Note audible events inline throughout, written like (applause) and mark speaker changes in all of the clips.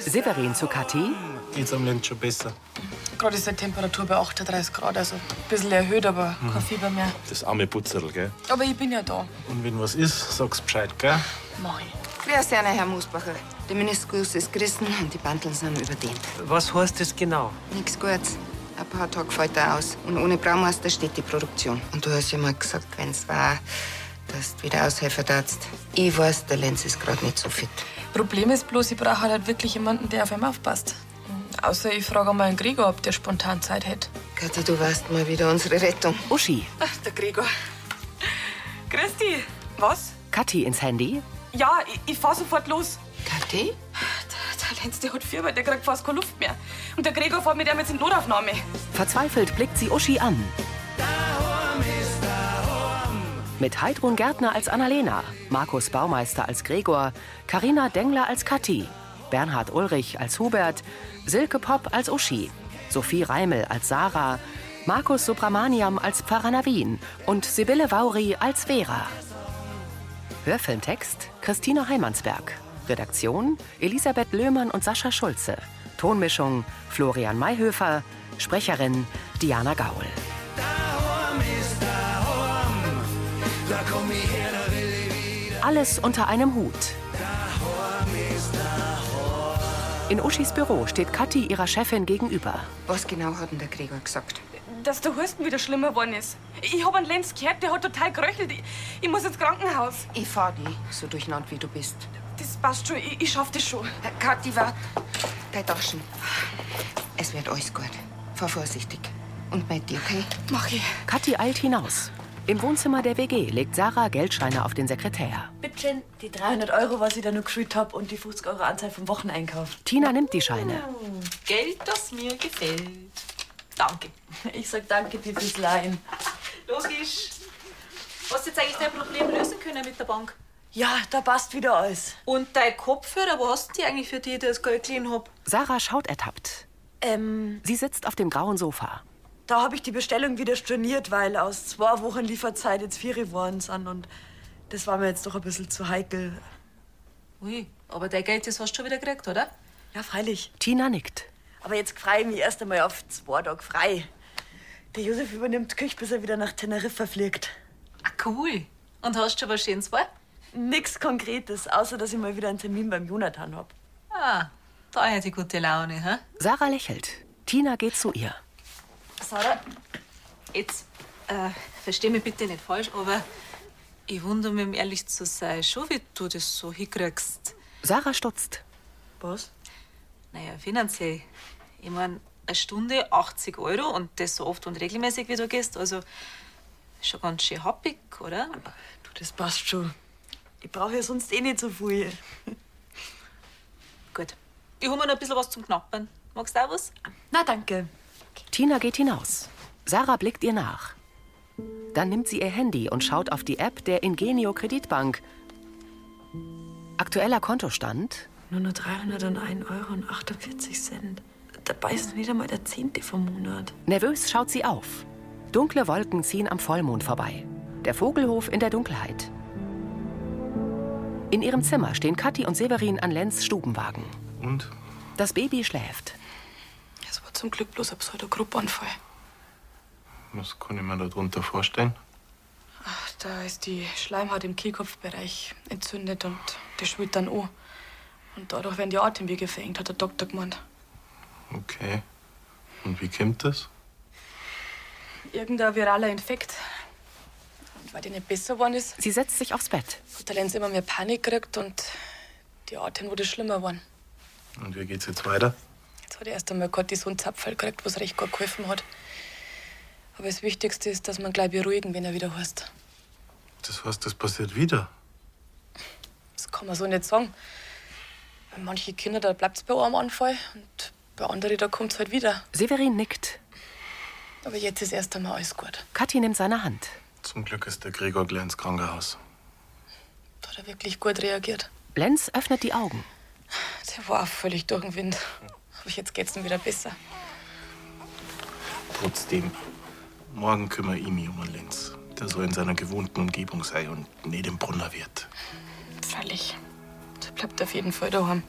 Speaker 1: Severin zu Kathi.
Speaker 2: Geht's am Land schon besser.
Speaker 3: Gerade ist die Temperatur bei 38 Grad, also ein bisschen erhöht, aber
Speaker 2: Mhm.
Speaker 3: kein Fieber mehr.
Speaker 2: Das arme Putzerl, gell?
Speaker 3: Aber ich bin ja da.
Speaker 2: Und wenn was ist, sag's Bescheid, gell?
Speaker 3: Mach ich.
Speaker 4: Grüß Sie, Herr Musbacher. Der Meniskus ist gerissen und die Bandeln sind überdehnt.
Speaker 5: Was heißt das genau?
Speaker 4: Nix Gutes. Ein paar Tage fällt er aus. Und ohne Braumeister steht die Produktion. Und du hast ja mal gesagt, wenn's war, dass du wieder aushelfen darfst. Ich weiß, der Lenz ist gerade nicht so fit.
Speaker 3: Problem ist bloß, ich brauche halt wirklich jemanden, der auf ihn aufpasst. Mhm. Außer ich frage mal einen Gregor, ob der spontan Zeit hätte.
Speaker 4: Kathi, Also du warst mal wieder unsere Rettung.
Speaker 1: Uschi.
Speaker 3: Ach, der Gregor.
Speaker 6: Christi, was?
Speaker 1: Kathi ins Handy.
Speaker 6: Ja, ich, ich fahr sofort los.
Speaker 4: Kathi?
Speaker 6: Der, der Lenz, der hat Fieber, der kriegt fast keine Luft mehr. Und der Gregor fährt mit ihm jetzt in die Notaufnahme.
Speaker 1: Verzweifelt blickt sie Uschi an. Mit Heidrun Gärtner als Annalena, Markus Baumeister als Gregor, Karina Dengler als Kathi, Bernhard Ulrich als Hubert, Silke Popp als Uschi, Sophie Reimel als Sarah, Markus Subramaniam als Pfarrer Navin und Sibylle Vauri als Vera. Hörfilmtext Christine Heimansberg. Redaktion Elisabeth Löhmann und Sascha Schulze. Tonmischung Florian Mayhöfer. Sprecherin Diana Gaul. Alles unter einem Hut. In Uschis Büro steht Kathi ihrer Chefin gegenüber.
Speaker 4: Was genau hat denn der Gregor gesagt?
Speaker 6: Dass der Husten wieder schlimmer geworden ist. Ich hab einen Lenz gehabt, der hat total geröchelt. Ich, ich muss ins Krankenhaus.
Speaker 4: Ich fahr dich, so durcheinander wie du bist.
Speaker 6: Das passt schon, ich, ich schaff das schon.
Speaker 4: Kathi, warte. Deine Taschen. Es wird alles gut. Fahr vorsichtig. Und meld dich, okay?
Speaker 6: Mach ich.
Speaker 1: Kathi eilt hinaus. Im Wohnzimmer der WG legt Sarah Geldscheine auf den Sekretär.
Speaker 7: Bittchen, die 300 Euro, was ich da nur geschüttet hab und die 50 Euro Anzahl vom Wocheneinkauf.
Speaker 1: Tina nimmt die Scheine.
Speaker 7: Geld, das mir gefällt. Danke. Ich sag danke dir fürs Leihen.
Speaker 8: Logisch. Hast du jetzt eigentlich dein Problem lösen können mit der Bank?
Speaker 7: Ja, da passt wieder alles.
Speaker 8: Und dein Kopfhörer, wo hast du die eigentlich für die, die ich das Geld geliehen hab?
Speaker 1: Sarah schaut ertappt.
Speaker 7: Ähm,
Speaker 1: Sie sitzt auf dem grauen Sofa.
Speaker 7: da hab ich die Bestellung wieder storniert, weil aus zwei Wochen Lieferzeit jetzt vier geworden sind und das war mir jetzt doch ein bisschen zu heikel.
Speaker 8: Ui, aber dein Geld, das hast du schon wieder gekriegt, oder?
Speaker 7: Ja, freilich.
Speaker 1: Tina nickt.
Speaker 7: Aber jetzt freue ich mich erst einmal auf zwei Tage frei. Der Josef übernimmt die Küche, bis er wieder nach Teneriffa fliegt.
Speaker 8: Ah, cool. Und hast schon was Schönes vor?
Speaker 7: Nix Konkretes, außer dass ich mal wieder einen Termin beim Jonathan hab.
Speaker 8: Ah, daher die gute Laune, hä?
Speaker 1: Sarah lächelt. Tina geht zu ihr.
Speaker 8: Sarah, jetzt, äh, versteh mich bitte nicht falsch, aber ich wundere mich, um ehrlich zu sein, schon wie du das so hinkriegst.
Speaker 1: Sarah stutzt.
Speaker 7: Was?
Speaker 8: Naja, finanziell. Ich meine, eine Stunde 80 Euro und das so oft und regelmäßig, wie du gehst. Also schon ganz schön happig, oder?
Speaker 7: Du, das passt schon. Ich brauche ja sonst eh nicht so viel.
Speaker 8: Gut. Ich hol mir noch ein bisschen was zum Knappern. Magst du auch was?
Speaker 7: Na, danke.
Speaker 1: Tina geht hinaus. Sarah blickt ihr nach. Dann nimmt sie ihr Handy und schaut auf die App der Ingenio Kreditbank. Aktueller Kontostand.
Speaker 7: Nur noch 301,48 Euro. Dabei ist nicht einmal der Zehnte vom Monat.
Speaker 1: Nervös schaut sie auf. Dunkle Wolken ziehen am Vollmond vorbei. Der Vogelhof in der Dunkelheit. In ihrem Zimmer stehen Kathi und Severin an Lenz Stubenwagen.
Speaker 2: Und?
Speaker 1: Das Baby schläft.
Speaker 3: Es war zum Glück bloß ein Pseudogruppanfall.
Speaker 2: Was kann ich mir darunter vorstellen?
Speaker 3: Ach, da ist die Schleimhaut im Kehlkopfbereich entzündet und der schwillt dann an. Und dadurch werden die Atemwege verengt, hat der Doktor gemeint.
Speaker 2: Okay. Und wie kommt das?
Speaker 3: Irgendein viraler Infekt. Und weil der nicht besser geworden ist,
Speaker 1: Sie setzt sich aufs Bett.
Speaker 3: hat der Lenz immer mehr Panik gekriegt und die Atem wurde schlimmer geworden.
Speaker 2: Und wie geht's jetzt weiter?
Speaker 3: Jetzt hat er erst einmal Cortison-Zapfel gekriegt, was recht gut geholfen hat. Aber das Wichtigste ist, dass man gleich beruhigen, wenn er wieder heißt.
Speaker 2: Das heißt, das passiert wieder.
Speaker 3: Das kann man so nicht sagen. Bei manchen Kindern, da bleibt es bei einem Anfall und bei anderen, da kommt es halt wieder.
Speaker 1: Severin nickt.
Speaker 3: Aber jetzt ist erst einmal alles gut.
Speaker 1: Kathi nimmt seine Hand.
Speaker 2: Zum Glück ist der Gregor gleich ins Krankenhaus.
Speaker 3: Da hat er wirklich gut reagiert.
Speaker 1: Lenz öffnet die Augen.
Speaker 3: Der war auch völlig durch den Wind. Aber jetzt geht's ihm wieder besser.
Speaker 2: Trotzdem, morgen kümmere ich mich um den Lenz. Der soll in seiner gewohnten Umgebung sein und nicht im Brunner wird.
Speaker 3: Freilich. Der bleibt auf jeden Fall daheim.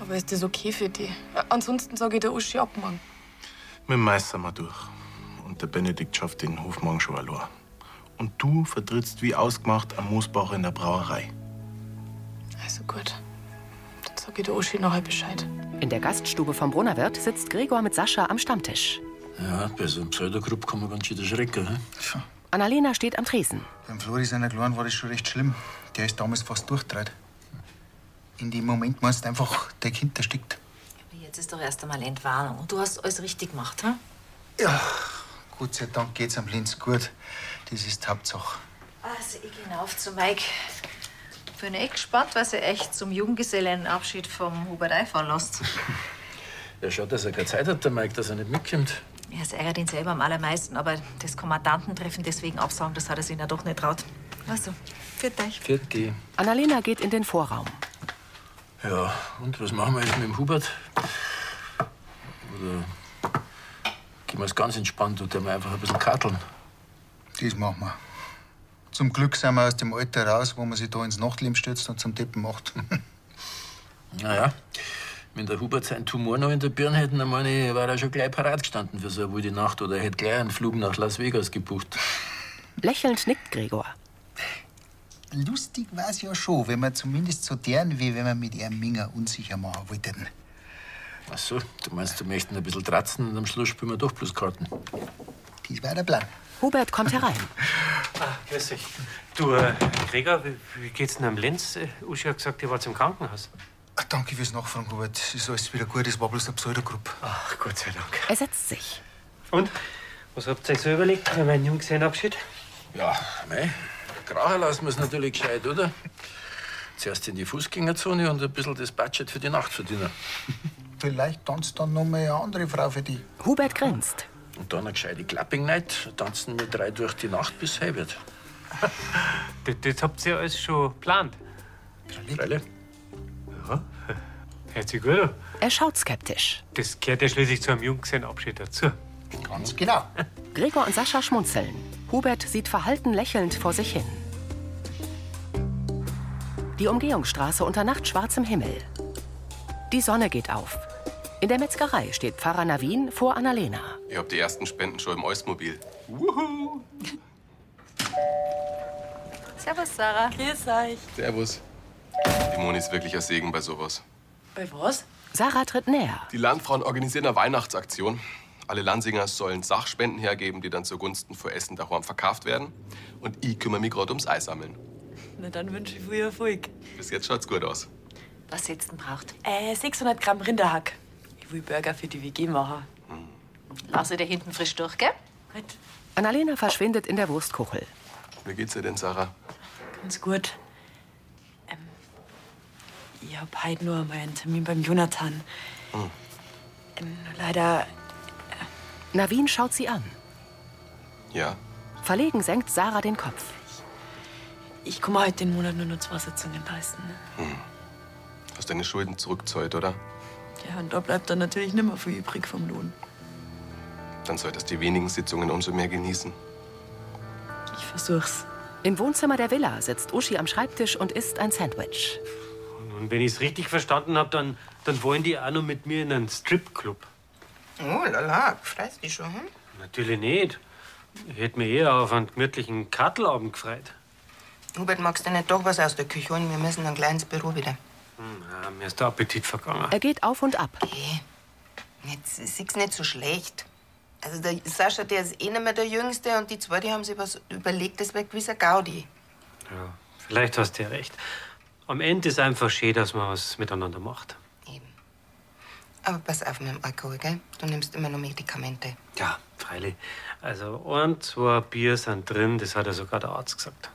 Speaker 3: Aber ist das okay für die? Äh, Ansonsten sage ich der Uschi ab morgen.
Speaker 2: Mit dem Meister mal durch. Und der Benedikt schafft den Hof morgen schon allein. Und du vertrittst wie ausgemacht am Moosbauch in der Brauerei.
Speaker 3: Also gut. Dann sage ich der Uschi nachher Bescheid.
Speaker 1: In der Gaststube vom Brunnerwirt sitzt Gregor mit Sascha am Stammtisch.
Speaker 5: Ja, bei so einem Pseudogrupp kann man ganz schön erschrecken. He?
Speaker 1: Annalena steht am Tresen.
Speaker 9: Beim Flori seiner Kleinen war das schon recht schlimm. Der ist damals fast durchgedreht. In dem Moment meinst du einfach, der Kind, der steckt.
Speaker 10: Jetzt ist doch erst einmal Entwarnung. Und Du hast alles richtig gemacht, hm?
Speaker 9: Ja, Gott sei Dank geht's am Linz gut. Das ist die Hauptsache.
Speaker 10: Also, ich gehe auf zu Mike. Bin echt gespannt, was er echt zum Junggesellenabschied vom Hubert einfahren lässt.
Speaker 5: Er schaut, dass er keine Zeit hat, der Mike, dass er nicht mitkommt.
Speaker 10: Ja, es ärgert ihn selber am allermeisten, aber das Kommandantentreffen deswegen absagen, das hat er sich ja doch nicht traut. Also, für dich.
Speaker 5: Viert die.
Speaker 1: Annalena geht in den Vorraum.
Speaker 5: Ja, und was machen wir jetzt mit dem Hubert? Oder gehen wir es ganz entspannt und tun wir einfach ein bisschen karteln?
Speaker 9: Das machen wir. Zum Glück sind wir aus dem Alter raus, wo man sich da ins Nachtleben stürzt und zum Deppen macht. (laughs)
Speaker 5: Naja, wenn der Hubert seinen Tumor noch in der Birne hätte, dann meine ich, wäre er schon gleich parat gestanden für so eine wilde Nacht oder er hätte gleich einen Flug nach Las Vegas gebucht.
Speaker 1: Lächelnd nickt Gregor.
Speaker 9: Lustig war es ja schon, wenn man zumindest so deren, wie wenn man mit ihrem Minger unsicher machen wollten.
Speaker 5: Ach so, du meinst, du möchtest ein bisschen tratzen und am Schluss spielen wir doch bloß Karten.
Speaker 9: Das war der Plan. Ah,
Speaker 1: Hubert
Speaker 9: (laughs)
Speaker 1: kommt herein.
Speaker 11: Grüß dich. Du, äh, Gregor, wie, wie geht's denn am Lenz? Äh, Uschi hat gesagt, ihr wart im Krankenhaus.
Speaker 9: Ach, danke fürs Nachfragen, Hubert. Es ist alles wieder gut, es war bloß eine Pseudogruppe.
Speaker 11: Ach, Gott sei Dank.
Speaker 1: Er setzt sich.
Speaker 11: Und? Was habt ihr euch so überlegt für meinen Junggesellenabschied?
Speaker 5: Ja, mei, krachen lassen wir es natürlich gescheit, oder? Zuerst in die Fußgängerzone und ein bisschen das Budget für die Nacht verdienen.
Speaker 9: (laughs) Vielleicht tanzt dann noch mal eine andere Frau für dich.
Speaker 1: Hubert grinst.
Speaker 5: Und dann eine gescheite Clapping Night, tanzen wir drei durch die Nacht bis hei
Speaker 11: (laughs)
Speaker 5: wird.
Speaker 11: Das, das habt ihr alles schon geplant.
Speaker 5: Freilich.
Speaker 11: Hört sich gut an.
Speaker 1: Er schaut skeptisch.
Speaker 11: Das gehört ja schließlich zu einem Junggesellenabschied dazu.
Speaker 9: Ganz genau.
Speaker 1: Gregor und Sascha schmunzeln. Hubert sieht verhalten lächelnd vor sich hin. Die Umgehungsstraße unter nachtschwarzem Himmel. Die Sonne geht auf. In der Metzgerei steht Pfarrer Navin vor Annalena.
Speaker 12: Ich hab die ersten Spenden schon im Eusmobil.
Speaker 10: Servus, Sarah.
Speaker 7: Grüß euch.
Speaker 12: Servus. Die Moni ist wirklich ein Segen bei sowas.
Speaker 7: Bei was?
Speaker 1: Sarah tritt näher.
Speaker 12: Die Landfrauen organisieren eine Weihnachtsaktion. Alle Lansinger sollen Sachspenden hergeben, die dann zugunsten für Essen daheim verkauft werden. Und ich kümmere mich gerade ums Eisammeln.
Speaker 7: Na, dann wünsche ich viel Erfolg.
Speaker 12: Bis jetzt schaut's gut aus.
Speaker 10: Was jetzt denn braucht.
Speaker 7: Äh, 600 Gramm Rinderhack. Ich will Burger für die WG machen.
Speaker 10: Hm. Lass ich dir hinten frisch durch, gell?
Speaker 7: Halt,
Speaker 1: Annalena verschwindet in der Wurstkuchel.
Speaker 12: Wie geht's dir denn, Sarah?
Speaker 7: ganz gut. Ähm, ich hab heute nur meinen Termin beim Jonathan. Ähm, leider äh.
Speaker 1: Navin schaut sie an.
Speaker 12: Ja.
Speaker 1: Verlegen senkt Sarah den Kopf.
Speaker 7: Ich komme heute den Monat nur noch zwei Sitzungen leisten.
Speaker 12: Hast deine Schulden zurückgezahlt, oder?
Speaker 7: Ja, und da bleibt dann natürlich nimmer viel übrig vom Lohn.
Speaker 12: Dann solltest du die wenigen Sitzungen umso mehr genießen.
Speaker 7: Ich versuch's.
Speaker 1: Im Wohnzimmer der Villa sitzt Uschi am Schreibtisch und isst ein Sandwich.
Speaker 11: Und wenn ich's richtig verstanden hab, dann, dann wollen die auch noch mit mir in einen Stripclub.
Speaker 4: Oh, lala, freust dich schon, hm?
Speaker 11: Natürlich nicht. Ich hätte mich eher auf einen gemütlichen Kartelabend gefreut.
Speaker 4: Hubert, magst du nicht doch was aus der Küche holen? Wir müssen dann gleich ins Büro wieder.
Speaker 11: Na, mir ist der Appetit vergangen.
Speaker 1: Er geht auf und ab.
Speaker 4: Geh. Jetzt siehst nicht so schlecht. Also der Sascha, der ist eh nicht mehr der Jüngste und die zwei, die haben sich was überlegt, das wäre gewisser Gaudi.
Speaker 11: Ja, vielleicht hast du ja recht. Am Ende ist einfach schön, dass man was miteinander macht.
Speaker 4: Eben. Aber pass auf mit dem Alkohol, gell? Du nimmst immer nur Medikamente.
Speaker 11: Ja, freilich. Also ein, zwei Bier sind drin, das hat ja sogar der Arzt gesagt.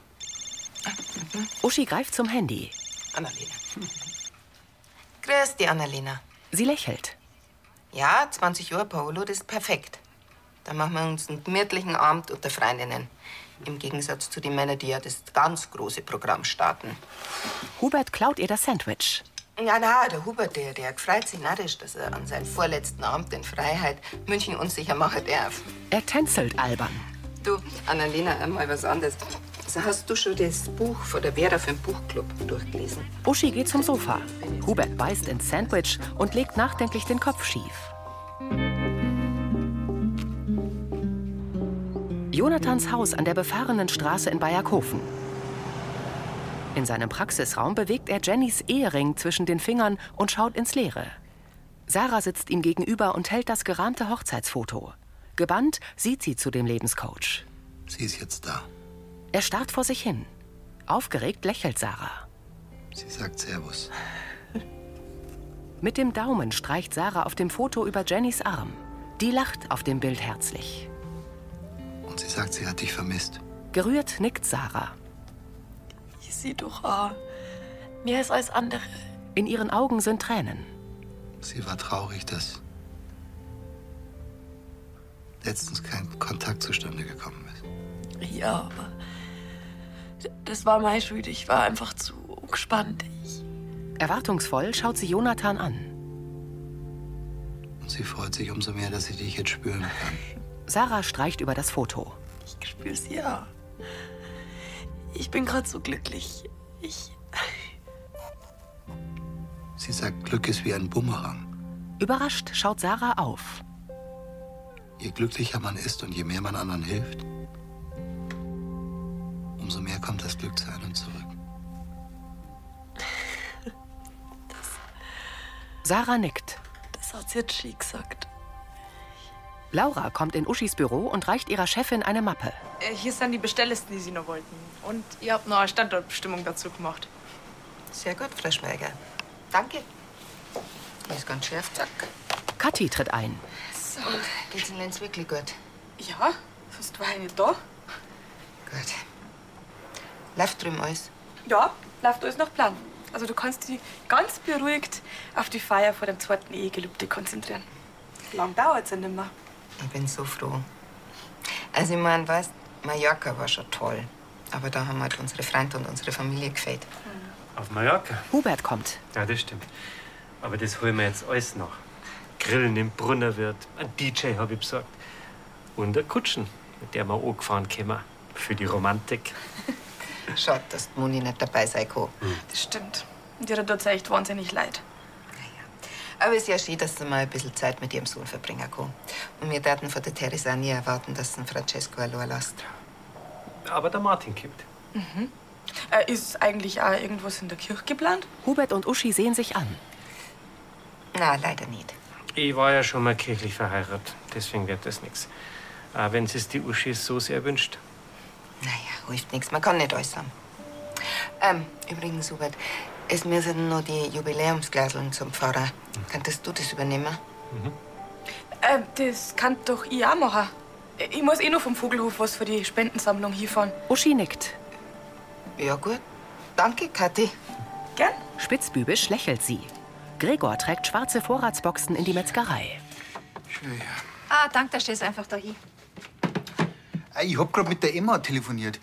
Speaker 1: Uschi greift zum Handy.
Speaker 4: Annalena. Grüß dich, Annalena.
Speaker 1: Sie lächelt.
Speaker 4: Ja, 20 Uhr, Paolo, das ist perfekt. Da machen wir uns einen gemütlichen Abend unter Freundinnen. Im Gegensatz zu den Männern, die ja das ganz große Programm starten.
Speaker 1: Hubert klaut ihr das Sandwich.
Speaker 4: Ja, na, der Hubert, der, der freut sich narrisch, dass er an seinem vorletzten Abend in Freiheit München unsicher machen darf.
Speaker 1: Er tänzelt albern.
Speaker 4: Du, Annalena, einmal was anderes. Schatz, hast du schon das Buch von der Vera für den Buchclub durchgelesen?
Speaker 1: Uschi geht zum Sofa. Hubert beißt ins Sandwich und legt nachdenklich den Kopf schief. Jonathans Haus an der befahrenen Straße in Bayerkofen. In seinem Praxisraum bewegt er Jennys Ehering zwischen den Fingern und schaut ins Leere. Sarah sitzt ihm gegenüber und hält das gerahmte Hochzeitsfoto. Gebannt sieht sie zu dem Lebenscoach.
Speaker 13: Sie ist jetzt da.
Speaker 1: Er starrt vor sich hin. Aufgeregt lächelt Sarah.
Speaker 13: Sie sagt Servus.
Speaker 1: Mit dem Daumen streicht Sarah auf dem Foto über Jennys Arm. Die lacht auf dem Bild herzlich.
Speaker 13: Und sie sagt, sie hat dich vermisst.
Speaker 1: Gerührt nickt Sarah.
Speaker 7: Ich sehe doch auch. Mehr ist als andere.
Speaker 1: In ihren Augen sind Tränen.
Speaker 13: Sie war traurig, dass letztens kein Kontakt zustande gekommen ist.
Speaker 7: Ja, aber d- das war meine Schuld. Ich war einfach zu gespannt.
Speaker 1: Erwartungsvoll schaut sie Jonathan an.
Speaker 13: Und sie freut sich umso mehr, dass sie dich jetzt spüren kann.
Speaker 1: Sarah streicht über das Foto.
Speaker 7: Ich spüre sie ja. Ich bin gerade so glücklich. Ich.
Speaker 13: Sie sagt, Glück ist wie ein Bumerang.
Speaker 1: Überrascht schaut Sarah auf.
Speaker 13: Je glücklicher man ist und je mehr man anderen hilft, umso mehr kommt das Glück zu einem zurück.
Speaker 1: Sarah nickt.
Speaker 7: Das hat sie jetzt schick gesagt.
Speaker 1: Laura kommt in Uschis Büro und reicht ihrer Chefin eine Mappe.
Speaker 6: Äh, Hier sind die Bestelllisten, die Sie noch wollten. Und ihr habt noch eine Standortbestimmung dazu gemacht.
Speaker 4: Sehr gut, Frau Schweiger. Danke. Ist ganz scharf, zack.
Speaker 1: Kathi tritt ein.
Speaker 4: So. Geht's in Lenz wirklich gut?
Speaker 3: Ja, sonst war ich nicht da.
Speaker 4: Gut. Läuft drüben alles?
Speaker 3: Ja, läuft alles nach Plan. Also du kannst dich ganz beruhigt auf die Feier vor dem zweiten Ehegelübde konzentrieren. Lang dauert's ja nimmer.
Speaker 4: Ich bin so froh. Also, ich mein, weißt, Mallorca war schon toll. Aber da haben halt unsere Freunde und unsere Familie gefällt.
Speaker 11: Auf Mallorca?
Speaker 1: Hubert kommt.
Speaker 11: Ja, das stimmt. Aber das holen wir jetzt alles noch. Grillen im Brunnerwirt, ein DJ habe ich besorgt. Und eine Kutschen, mit der wir angefahren kommen. Für die Romantik.
Speaker 4: (laughs) Schade, dass die Moni nicht dabei sein kann.
Speaker 11: Hm.
Speaker 3: Das stimmt. Und ihr tut's echt wahnsinnig leid.
Speaker 4: Aber es ist ja schön, dass sie mal ein bisschen Zeit mit ihrem Sohn verbringen kann. Und wir werden von der Teresa nie erwarten, dass sie Francesco allein lässt.
Speaker 11: Aber der Martin kommt.
Speaker 3: Mhm. Äh, ist eigentlich auch irgendwas in der Kirche geplant?
Speaker 1: Hubert und Uschi sehen sich an.
Speaker 4: Na, leider nicht.
Speaker 11: Ich war ja schon mal kirchlich verheiratet, deswegen wird das nichts. Auch wenn es die Uschi so sehr wünscht.
Speaker 4: Naja, hilft nichts. Man kann nicht alles haben. Ähm, übrigens, Hubert, es müssen noch die Jubiläumsglaseln zum Pfarrer. Könntest du das übernehmen?
Speaker 3: Äh, das kann doch ich auch machen. Ich muss eh noch vom Vogelhof was für die Spendensammlung hinfahren.
Speaker 1: Uschi nickt.
Speaker 4: Ja, gut. Danke, Kathi.
Speaker 3: Gern.
Speaker 1: Spitzbübisch lächelt sie. Gregor trägt schwarze Vorratsboxen in die Metzgerei.
Speaker 10: Ah, danke, da stehst einfach da hin.
Speaker 9: Ah, Ich hab grad mit der Emma telefoniert.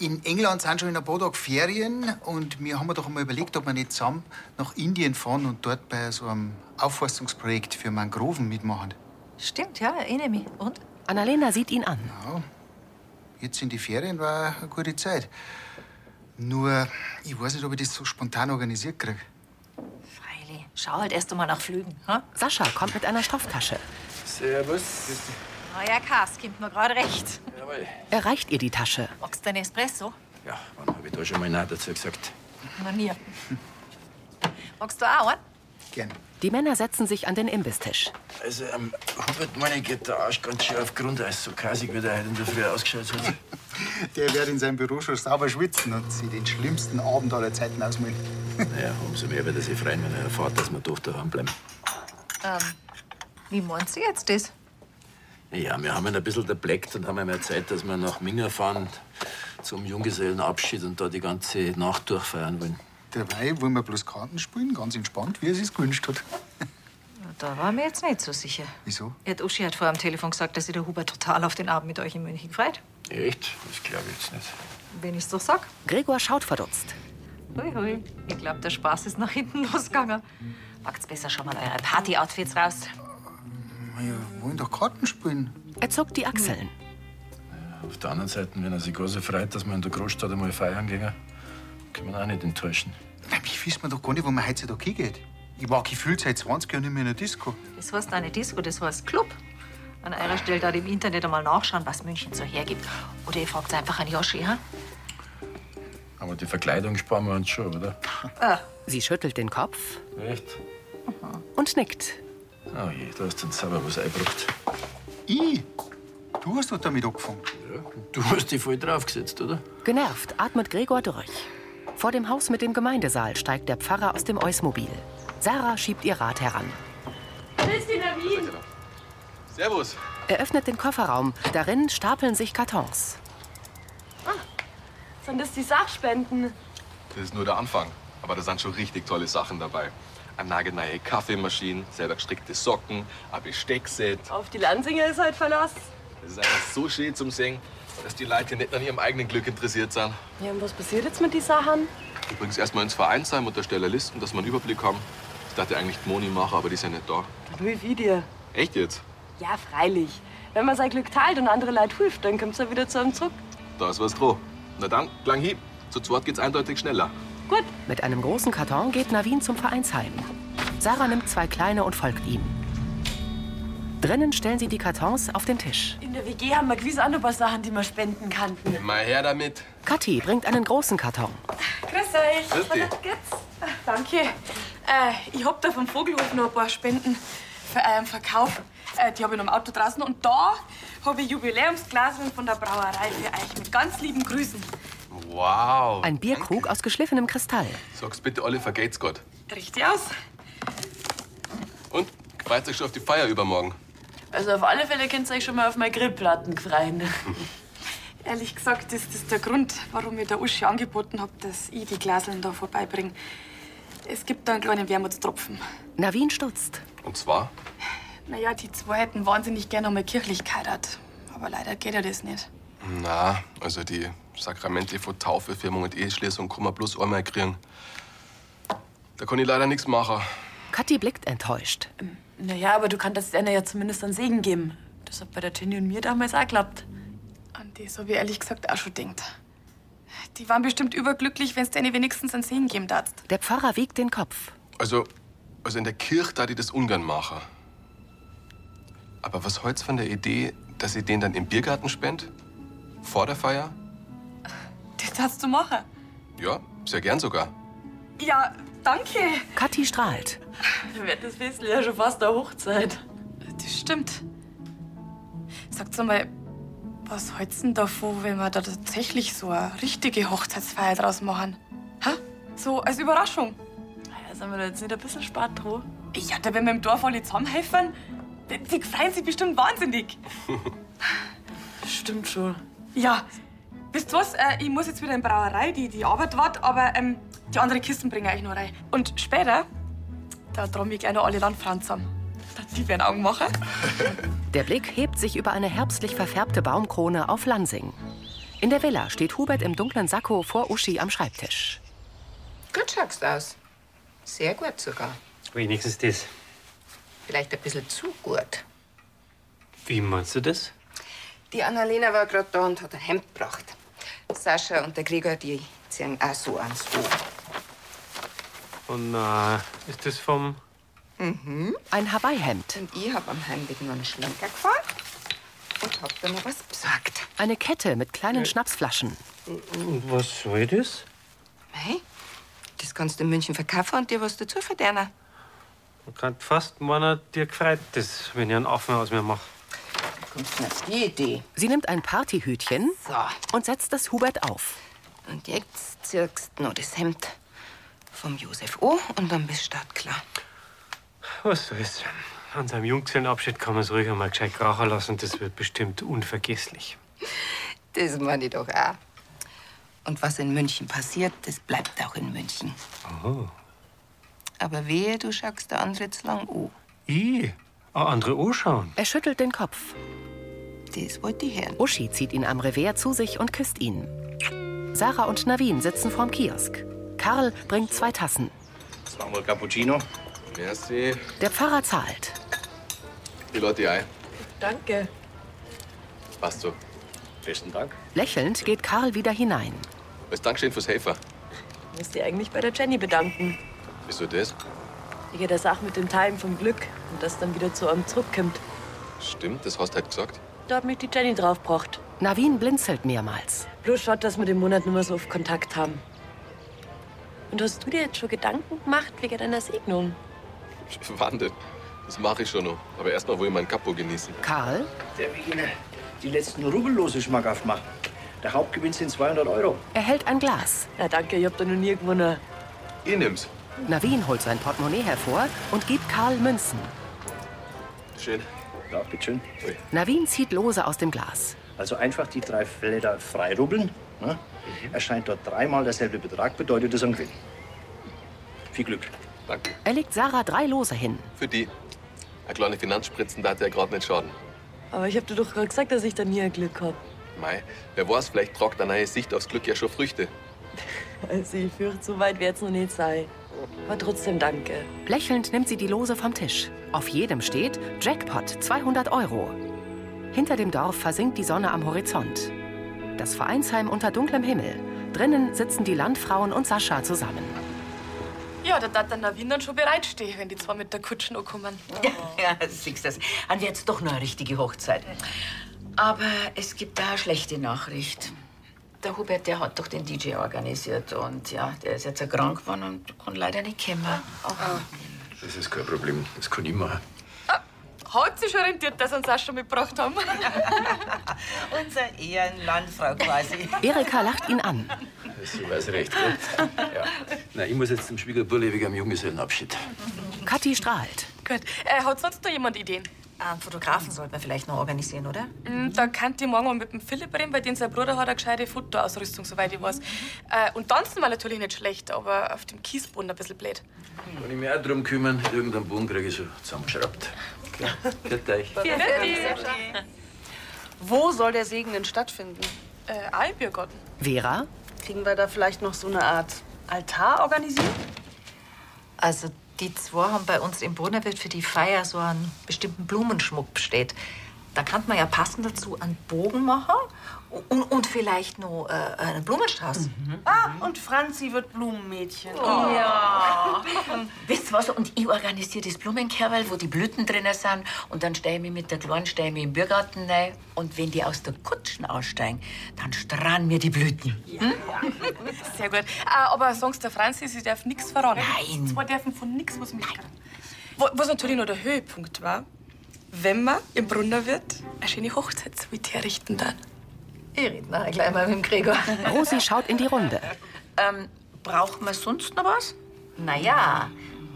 Speaker 9: In England sind schon in ein paar Tagen Ferien und wir haben doch mal überlegt, ob wir nicht zusammen nach Indien fahren und dort bei so einem Aufforstungsprojekt für Mangroven mitmachen.
Speaker 10: Stimmt, ja, erinnere mich. Und?
Speaker 1: Annalena sieht ihn an.
Speaker 9: Ja, jetzt in die Ferien war eine gute Zeit. Nur, ich weiß nicht, ob ich das so spontan organisiert (laughs) kriege.
Speaker 10: Freilich. Schau halt erst einmal nach Flügen.
Speaker 1: Sascha kommt mit einer Stofftasche.
Speaker 5: Servus.
Speaker 10: Neuer Kass, kommt mir gerade recht.
Speaker 5: Jawohl.
Speaker 1: Er reicht ihr die Tasche.
Speaker 10: Magst du einen Espresso?
Speaker 5: Ja, wann hab ich da schon mal Nein dazu gesagt?
Speaker 10: Manier. Magst du auch einen?
Speaker 1: Die Männer setzen sich an den Imbistisch.
Speaker 5: Also, ähm, Hubert, meine geht der Arsch ganz schön auf Grundeis. So kasig, wie der heute in der Früh ausgeschaut hat.
Speaker 9: Der wird in seinem Büro schon sauber schwitzen und sich den schlimmsten Abend aller Zeiten ausmalen.
Speaker 5: Naja, umso mehr wird er sich freuen, eh wenn er erfährt, dass wir doch daheim bleiben.
Speaker 10: Ähm, wie meinst du jetzt das?
Speaker 5: Ja, wir haben ihn ein bisschen erbleckt und haben ihm erzählt, dass wir nach Minger fahren zum Junggesellenabschied und da die ganze Nacht durchfeiern wollen.
Speaker 9: Dabei wollen wir bloß Karten spielen, ganz entspannt, wie er sich's gewünscht hat.
Speaker 10: Na, Da war mir jetzt nicht so sicher.
Speaker 9: Wieso?
Speaker 10: Ja, die Uschi hat vorher am Telefon gesagt, dass sich der Hubert total auf den Abend mit euch in München freut.
Speaker 5: Echt? Das glaube ich jetzt nicht.
Speaker 10: Wenn ich's doch sag.
Speaker 1: Gregor schaut verdutzt.
Speaker 10: Hui, hui. Ich glaub, der Spaß ist nach hinten (laughs) losgegangen. Packt's besser schon mal eure Party-Outfits raus.
Speaker 9: Wir wollen doch Karten spielen.
Speaker 1: Er zuckt die Achseln.
Speaker 5: Auf der anderen Seite, wenn er sich gar so freut, dass wir in der Großstadt einmal feiern gehen, kann man auch nicht enttäuschen.
Speaker 9: Ich weiß mir doch gar nicht, wo man heutzutage hingeht. Ich war gefühlt seit 20 Jahren nicht mehr in der Disco.
Speaker 10: Das heißt eine Disco, das heißt Club. An eurer Stelle da im Internet einmal nachschauen, was München so hergibt. Oder ihr fragt einfach an Joschi, ha?
Speaker 5: Aber die Verkleidung sparen wir uns schon, oder?
Speaker 1: Sie schüttelt den Kopf
Speaker 5: Echt?
Speaker 1: und nickt.
Speaker 5: Oh je, da hast du jetzt selber was eingebracht.
Speaker 9: Ich? Du hast doch damit angefangen.
Speaker 5: Du hast dich voll draufgesetzt, oder?
Speaker 1: Genervt atmet Gregor durch. Vor dem Haus mit dem Gemeindesaal steigt der Pfarrer aus dem Eusmobil. Sarah schiebt ihr Rad heran.
Speaker 3: Christina Wien!
Speaker 12: Servus.
Speaker 1: Er öffnet den Kofferraum. Darin stapeln sich Kartons.
Speaker 3: Sind das die Sachspenden?
Speaker 12: Das ist nur der Anfang. Aber da sind schon richtig tolle Sachen dabei. Eine nagelneue Kaffeemaschine, selber gestrickte Socken, ein Besteckset.
Speaker 3: Auf die Lansinger ist halt Verlass.
Speaker 12: Das ist einfach so schön zum Singen, dass die Leute nicht an ihrem eigenen Glück interessiert sind.
Speaker 3: Ja, und was passiert jetzt mit den Sachen?
Speaker 12: Übrigens erstmal ins Vereinsheim und der Stellerlisten, dass wir einen Überblick haben. Ich dachte eigentlich die Moni machen, aber die ist ja nicht da.
Speaker 3: Nur wie dir.
Speaker 12: Echt jetzt?
Speaker 3: Ja, freilich. Wenn man sein Glück teilt und andere Leute hilft, dann kommt's ja wieder zu einem zurück.
Speaker 12: Da ist was dran. Na dann, lang hin. Zu zweit geht's eindeutig schneller.
Speaker 3: Gut.
Speaker 1: Mit einem großen Karton geht Navin zum Vereinsheim. Sarah nimmt zwei kleine und folgt ihm. Drinnen stellen sie die Kartons auf den Tisch.
Speaker 7: In der WG haben wir gewiss auch noch ein paar Sachen, die man spenden kann.
Speaker 12: Immer her damit.
Speaker 1: Kathi bringt einen großen Karton.
Speaker 3: Grüß euch.
Speaker 12: Grüß dich.
Speaker 3: Was geht's? Ah, Danke. Äh, ich hab da vom Vogelhof noch ein paar Spenden für euren Verkauf. Äh, die habe ich noch im Auto draußen. Und da habe ich Jubiläumsglaseln von der Brauerei für euch. Mit ganz lieben Grüßen.
Speaker 12: Wow.
Speaker 1: Ein Bierkrug aus geschliffenem Kristall.
Speaker 12: Sag's bitte Oliver Gatescott.
Speaker 3: Richtig aus.
Speaker 12: Und freut euch schon auf die Feier übermorgen.
Speaker 7: Also auf alle Fälle könnt ihr euch schon mal auf meine Grillplatten freien.
Speaker 3: Ehrlich gesagt ist das der Grund, warum mir der Uschi angeboten hat, dass ich die Glaseln da vorbeibringe. Es gibt da einen kleinen Wermutstropfen.
Speaker 1: Navin stutzt.
Speaker 12: Und zwar?
Speaker 3: Naja, die zwei hätten wahnsinnig gerne einmal kirchlich geheiratet. Aber leider geht ja das nicht.
Speaker 12: Na, also die Sakramente von Taufe, Firmung und Eheschließung kann man bloß einmal kriegen. Da kann ich leider nichts machen.
Speaker 1: Kathi blickt enttäuscht.
Speaker 7: Naja, aber du kannst einer ja zumindest einen Segen geben. Das hat bei der Tini und mir damals auch geklappt.
Speaker 3: An das habe ich ehrlich gesagt auch schon denkt. Die waren bestimmt überglücklich, wenn es denen wenigstens einen Segen geben darfst.
Speaker 1: Der Pfarrer wiegt den Kopf.
Speaker 12: Also, also in der Kirche da die das ungern machen. Aber was holt's von der Idee, dass ihr den dann im Biergarten spendet? Vor der Feier?
Speaker 3: Das darfst du machen.
Speaker 12: Ja, sehr gern sogar.
Speaker 3: Ja, danke.
Speaker 1: Kathi strahlt.
Speaker 7: Wird das Wissen ja schon fast eine Hochzeit.
Speaker 3: Das stimmt. Sagt's mal, was hältst du denn davon, wenn wir da tatsächlich so eine richtige Hochzeitsfeier draus machen? Ha? So als Überraschung.
Speaker 7: Naja, sind wir da jetzt nicht ein bisschen spart dran?
Speaker 3: Ja, da werden wir im Dorf alle zusammenhelfen. Die- Die freuen sich bestimmt wahnsinnig.
Speaker 7: Stimmt schon.
Speaker 3: Ja. Wisst ihr was? Äh, ich muss jetzt wieder in die Brauerei, die, die Arbeit wart, aber ähm, die anderen Kisten bringe ich euch noch rein. Und später, da trommel ich gerne alle Landfrauen zusammen. Die werden Augen machen.
Speaker 1: Der Blick hebt sich über eine herbstlich verfärbte Baumkrone auf Lansing. In der Villa steht Hubert im dunklen Sakko vor Uschi am Schreibtisch.
Speaker 4: Gut schaust aus. Sehr gut sogar.
Speaker 11: Wenigstens das.
Speaker 4: Vielleicht ein bisschen zu gut.
Speaker 11: Wie meinst du das?
Speaker 4: Die Annalena war gerade da und hat ein Hemd gebracht. Sascha und der Gregor, die ziehen auch so ans Ohr.
Speaker 11: Oh nein, ist das vom.
Speaker 4: Mhm.
Speaker 1: Ein Hawaii-Hemd.
Speaker 4: Und ich hab am Heimweg noch einen Schlenker gefahren und hab da noch was besorgt.
Speaker 1: Eine Kette mit kleinen Schnapsflaschen.
Speaker 11: Und Äh, was soll das?
Speaker 4: Hey, das kannst du in München verkaufen und dir was dazu verdienen.
Speaker 11: Man kann fast meinen, dir gefreut das, wenn ich einen Affen aus mir mache.
Speaker 4: Kommst du auf die Idee?
Speaker 1: Sie nimmt ein Partyhütchen und setzt das Hubert auf.
Speaker 4: Und jetzt zirkst du noch das Hemd vom Josef O. und dann bist du klar.
Speaker 11: Was soll's? An seinem Junggesellenabschied kann man es ruhig einmal gescheit krachen lassen. Das wird bestimmt unvergesslich.
Speaker 4: Das meine ich doch auch. Und was in München passiert, das bleibt auch in München.
Speaker 11: Oh.
Speaker 4: Aber wehe, du schaust der andere zu lang an.
Speaker 11: I, eine andere anschauen.
Speaker 1: Er schüttelt den Kopf.
Speaker 4: Das wollte ich hören.
Speaker 1: Uschi zieht ihn am Revers zu sich und küsst ihn. Sarah und Navin sitzen vorm Kiosk. Karl bringt zwei Tassen.
Speaker 12: Zweimal Cappuccino. Merci.
Speaker 1: Der Pfarrer zahlt.
Speaker 12: Die Leute ein.
Speaker 7: Danke.
Speaker 12: Passt so.
Speaker 14: Besten Dank.
Speaker 1: Lächelnd geht Karl wieder hinein.
Speaker 12: Besten Dank schön fürs Helfer.
Speaker 7: Müsst ihr eigentlich bei der Jenny bedanken.
Speaker 12: Wieso das?
Speaker 7: Ich geht das auch mit dem Teilen vom Glück und das dann wieder zu einem zurückkommt.
Speaker 12: Stimmt, das hast du halt gesagt.
Speaker 7: Da hat mich die Jenny draufgebracht.
Speaker 1: Navin blinzelt mehrmals.
Speaker 7: Bloß schaut, dass wir den Monat nicht mehr so oft Kontakt haben. Und hast du dir jetzt schon Gedanken gemacht wegen deiner Segnung?
Speaker 12: (laughs) Wandel. Das mache ich schon noch. Aber erstmal will ich meinen Kapo genießen.
Speaker 1: Karl?
Speaker 14: Der will Ihnen die letzten Rubellose schmackhaft machen. Der Hauptgewinn sind 200 Euro.
Speaker 1: Er hält ein Glas.
Speaker 7: Na danke, ich hab da noch nie gewonnen.
Speaker 12: Ich nimm's.
Speaker 1: Navin holt sein Portemonnaie hervor und gibt Karl Münzen.
Speaker 12: Schön.
Speaker 14: Ja, bitteschön. Ui.
Speaker 1: Navin zieht lose aus dem Glas.
Speaker 14: Also einfach die drei Felder frei rubbeln. Ne?
Speaker 11: Mhm.
Speaker 14: Erscheint dort dreimal derselbe Betrag, bedeutet das ein Gewinn. Viel Glück.
Speaker 12: Danke.
Speaker 1: Er legt Sarah drei Lose hin.
Speaker 12: Für die. Eine kleine Finanzspritzen, da hat er gerade nicht schaden.
Speaker 7: Aber ich hab dir doch gerade gesagt, dass ich dann hier ein Glück hab.
Speaker 12: Mei, wer weiß, vielleicht tragt eine neue Sicht aufs Glück ja schon Früchte.
Speaker 7: Also ich fürchte, so weit wird's noch nicht sein. Aber trotzdem danke.
Speaker 1: Lächelnd nimmt sie die Lose vom Tisch. Auf jedem steht Jackpot 200 Euro. Hinter dem Dorf versinkt die Sonne am Horizont. Das Vereinsheim unter dunklem Himmel. Drinnen sitzen die Landfrauen und Sascha zusammen.
Speaker 3: Ja, da darf der Navin dann schon bereitstehen, wenn die zwei mit der Kutsche ankommen.
Speaker 15: (laughs) Ja, siehst das. Dann wird's doch noch eine richtige Hochzeit. Aber es gibt da eine schlechte Nachricht. Der Hubert, der hat doch den DJ organisiert und ja, der ist jetzt ja krank geworden und kann leider nicht kommen.
Speaker 5: Das ist kein Problem. Das kann ich machen.
Speaker 3: Hat sich schon rentiert, dass sie uns auch schon mitgebracht haben.
Speaker 15: Unser Ehrenlandfrau quasi.
Speaker 1: Erika lacht ihn an.
Speaker 5: Ich weiß recht, gell? (laughs) Ja. Na, ich muss jetzt zum Schwiegerbulle wegen dem Junggesellenabschied.
Speaker 1: Kathi strahlt.
Speaker 3: Gut. Äh, hat sonst noch jemand Ideen?
Speaker 10: Einen Fotografen sollten wir vielleicht noch organisieren, oder?
Speaker 3: Mm, Da könnt ihr morgen mal mit dem Philipp reden, weil den sein Bruder hat eine gescheite Fotoausrüstung, soweit ich weiß. Äh, und tanzen war natürlich nicht schlecht, aber auf dem Kiesboden ein bisschen blöd.
Speaker 5: Kann ich mich auch drum kümmern. Irgendeinen Boden kriege ich schon zusammengeschraubt. Gut, euch.
Speaker 16: Wo soll der Segen denn stattfinden?
Speaker 3: Äh, Eibiergarten.
Speaker 1: Vera?
Speaker 16: Kriegen wir da vielleicht noch so eine Art Altar organisiert?
Speaker 10: Also die zwei haben bei uns im Brunnerwirt für die Feier so einen bestimmten Blumenschmuck bestellt. Da kann man ja passend dazu einen Bogen machen und, und vielleicht noch äh, einen Blumenstrauß. Mhm.
Speaker 16: Ah, und Franzi wird Blumenmädchen.
Speaker 15: Oh. Ja. (laughs) Wisst was? Und ich organisiere das Blumenkerl, wo die Blüten drin sind. Und dann stehe ich mich mit der Kleinen stehe ich mich im Biergarten rein. Und wenn die aus der Kutschen aussteigen, dann strahlen mir die Blüten.
Speaker 3: (laughs) Sehr gut. Äh, aber sagst der Franzi, sie darf nichts verraten. Nein. Zwei dürfen von nichts was merken. Wo- Was natürlich noch der Höhepunkt war, wenn man im Brunnerwirt eine schöne Hochzeitssuite errichten dann.
Speaker 10: Ich rede nachher gleich mal mit dem
Speaker 3: (laughs)
Speaker 10: Gregor.
Speaker 1: Rosi schaut in die Runde.
Speaker 10: Ähm, braucht man sonst noch was? Naja,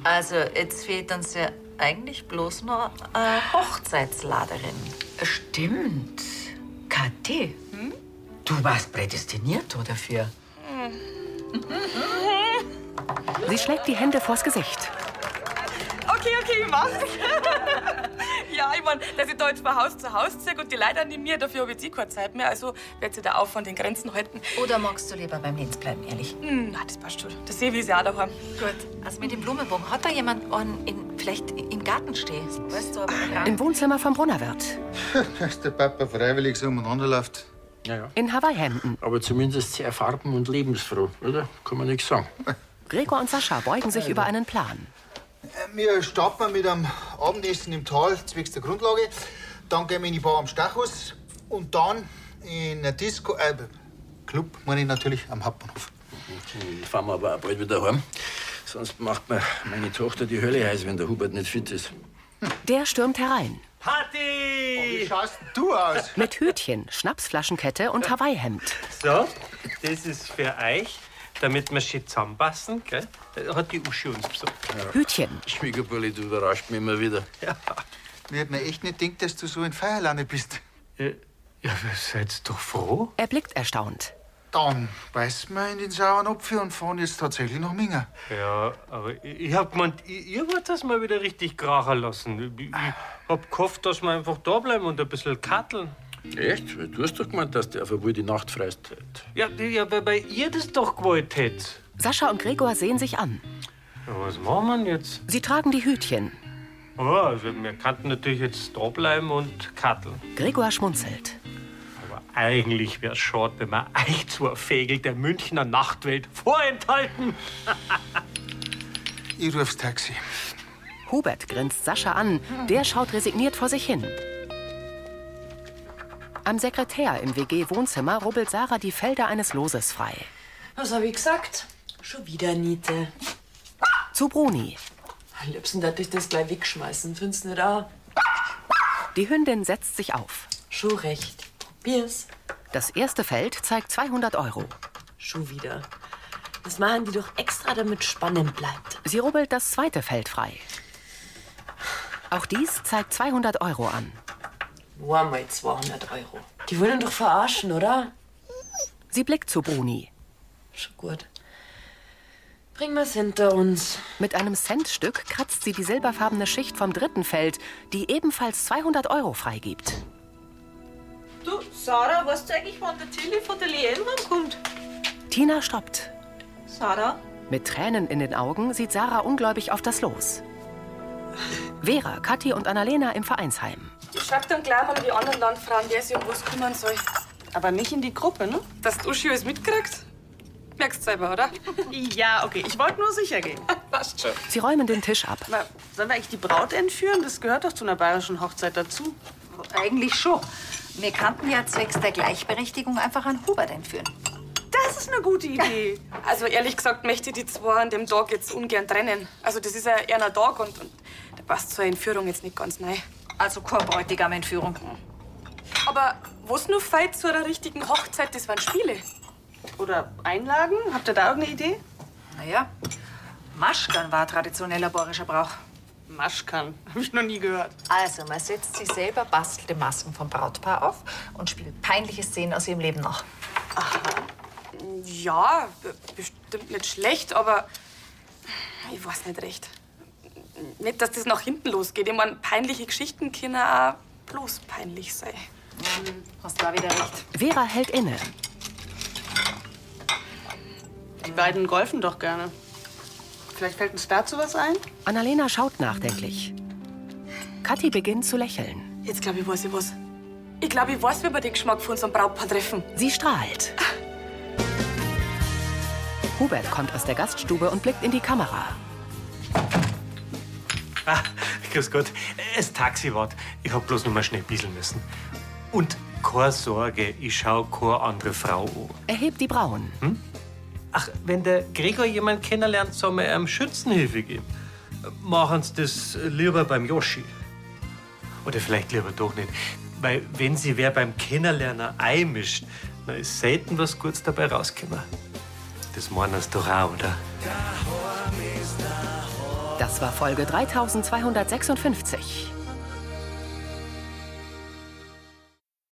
Speaker 10: also jetzt fehlt uns ja eigentlich bloß noch eine Hochzeitsladerin.
Speaker 15: Stimmt. Kathi, du warst prädestiniert oder dafür.
Speaker 16: Hm.
Speaker 1: Sie schlägt die Hände vors Gesicht.
Speaker 3: Okay, okay, ich mach's. (laughs) ja, ich mein, dass ich da jetzt von Haus zu Haus zeige und die Leute animiere, dafür habe ich jetzt eh keine Zeit mehr. Also werde ich da auch von den Grenzen halten. Hm,
Speaker 10: Oder magst du lieber beim Lenz bleiben, ehrlich?
Speaker 3: Na, das passt schon. Das sehe ich ja auch daheim.
Speaker 10: Gut. Also mit dem Blumenbogen. Hat da jemand einen in, vielleicht im Garten stehen? Weißt du, aber
Speaker 1: Im Wohnzimmer vom Brunnerwirt.
Speaker 9: Dass der Papa freiwillig so umeinander läuft.
Speaker 5: Ja, ja.
Speaker 1: In Hawaii-Hemden.
Speaker 5: Aber zumindest sehr farben- und lebensfroh, oder? Kann man nichts sagen.
Speaker 1: Gregor und Sascha beugen sich über einen Plan.
Speaker 9: Äh, Wir starten mit einem Abendessen im Tal zwecks der Grundlage. Dann gehen wir in die Bar am Stachus und dann in eine Disco, äh, Club, meine ich natürlich, am Hauptbahnhof.
Speaker 5: Jetzt fahren wir aber auch bald wieder heim. Sonst macht mir meine Tochter die Hölle heiß, wenn der Hubert nicht fit ist.
Speaker 1: Der stürmt herein.
Speaker 14: Party!
Speaker 9: Oh, Wie schaust du aus?
Speaker 1: Mit Hütchen, Schnapsflaschenkette und Hawaii-Hemd.
Speaker 11: So, das ist für euch, damit wir schön zusammenpassen, gell? Da Hat die Uschi uns besorgt.
Speaker 1: Hütchen.
Speaker 5: Schwiegerbulli, du überrascht mich immer wieder.
Speaker 9: Mir hat mir echt nicht gedacht, dass du so in Feierlande bist.
Speaker 11: Äh, Ja, seid doch froh.
Speaker 1: Er blickt erstaunt.
Speaker 9: Dann beißen wir in den sauren Apfel und fahren jetzt tatsächlich nach Minga.
Speaker 11: Ja, aber ich- ich hab gemeint, i- ihr wollt das mal wieder richtig krachen lassen. Ich ich hab gehofft, dass wir einfach da bleiben und ein bisschen katteln.
Speaker 5: Echt? Du hast doch gemeint, dass der auf wohl die Nacht freist.
Speaker 11: Ja, ja weil, weil ihr das doch gewollt hättet.
Speaker 1: Sascha und Gregor sehen sich an.
Speaker 11: Ja, was
Speaker 5: also
Speaker 11: machen wir denn jetzt?
Speaker 1: Sie tragen die Hütchen.
Speaker 11: Oh, also wir könnten natürlich jetzt da bleiben und katteln.
Speaker 1: Gregor schmunzelt.
Speaker 11: Aber Eigentlich wär's schade, wenn man euch zur Fegel der Münchner Nachtwelt vorenthalten.
Speaker 9: Ich ruf's Taxi.
Speaker 1: Hubert grinst Sascha an. Der schaut resigniert vor sich hin. Am Sekretär im WG-Wohnzimmer rubbelt Sarah die Felder eines Loses frei.
Speaker 7: Was habe ich gesagt? Schon wieder Niete.
Speaker 1: Zu Bruni.
Speaker 7: Am liebsten hätte ich das gleich wegschmeißen, findest du nicht auch?
Speaker 1: Die Hündin setzt sich auf.
Speaker 7: Schon recht. Probier's.
Speaker 1: Das erste Feld zeigt 200 Euro.
Speaker 7: Schon wieder. Das machen die doch extra, damit spannend bleibt.
Speaker 1: Sie rubbelt das zweite Feld frei. Auch dies zeigt 200 Euro an.
Speaker 7: Nur mal 200 Euro. Die wollen doch verarschen, oder?
Speaker 1: Sie blickt zu Bruni.
Speaker 7: Schon gut. Bring wir's hinter uns.
Speaker 1: Mit einem Centstück kratzt sie die silberfarbene Schicht vom dritten Feld, die ebenfalls 200 Euro freigibt.
Speaker 8: Du, Sarah, weißt du eigentlich, wann der Tilly von der Lielmann kommt?
Speaker 1: Tina stoppt.
Speaker 8: Sarah?
Speaker 1: Mit Tränen in den Augen sieht Sarah ungläubig auf das Los. Vera, Kathi und Annalena im Vereinsheim.
Speaker 3: Ich schreib dann gleich mal die anderen Landfrauen, wer sich um was kümmern soll.
Speaker 16: Aber nicht in die Gruppe, ne?
Speaker 3: Dass du Uschi alles mitkriegt? Merkst selber, oder?
Speaker 16: Ja, okay. Ich wollte nur sicher gehen.
Speaker 3: (laughs) Passt schon.
Speaker 1: Sie räumen den Tisch ab.
Speaker 16: Aber sollen wir eigentlich die Braut entführen? Das gehört doch zu einer bayerischen Hochzeit dazu.
Speaker 10: Eigentlich schon. Wir kannten ja zwecks der Gleichberechtigung einfach an Hubert entführen.
Speaker 16: Das ist eine gute Idee.
Speaker 3: (laughs) Also ehrlich gesagt möchte ich die zwei an dem Tag jetzt ungern trennen. Also das ist ja eher ein Tag und, und da passt zur Entführung jetzt nicht ganz neu.
Speaker 10: Also kein Bräutigam Entführung.
Speaker 3: Aber was nur fehlt zu einer richtigen Hochzeit, das waren Spiele.
Speaker 16: Oder Einlagen? Habt ihr da irgendeine Idee?
Speaker 10: Naja, Maschkan war traditioneller bayerischer Brauch.
Speaker 16: Maschkan? (laughs) Hab ich noch nie gehört.
Speaker 10: Also, man setzt sich selber bastelte Masken vom Brautpaar auf und spielt peinliche Szenen aus ihrem Leben nach.
Speaker 3: Ja, b- bestimmt nicht schlecht, aber ich weiß nicht recht. Nicht, dass das nach hinten losgeht. Ich meine, peinliche Geschichten können auch bloß peinlich sein.
Speaker 10: hast da wieder recht.
Speaker 1: Vera hält inne.
Speaker 16: Die beiden golfen doch gerne. Vielleicht fällt uns dazu was ein?
Speaker 1: Annalena schaut nachdenklich. Kathi beginnt zu lächeln.
Speaker 3: Jetzt glaube ich, weiß ich was. Ich glaube, ich weiß, wie wir den Geschmack von unserem Brautpaar treffen.
Speaker 1: Sie strahlt. Hubert kommt aus der Gaststube und blickt in die Kamera.
Speaker 11: Ah, grüß Gott, das Taxi wart. Ich hab bloß noch mal schnell bieseln müssen. Und keine Sorge, ich schau keine andere Frau an.
Speaker 1: Er hebt die Brauen.
Speaker 11: Hm? Ach, wenn der Gregor jemanden kennenlernt, soll man ihm Schützenhilfe geben. Machen Sie das lieber beim Yoshi. Oder vielleicht lieber doch nicht. Weil, wenn sie wer beim Kennenlernen einmischt, dann ist selten was Gutes dabei rausgekommen. Das meinen Sie doch auch, oder?
Speaker 1: Das war Folge 3256.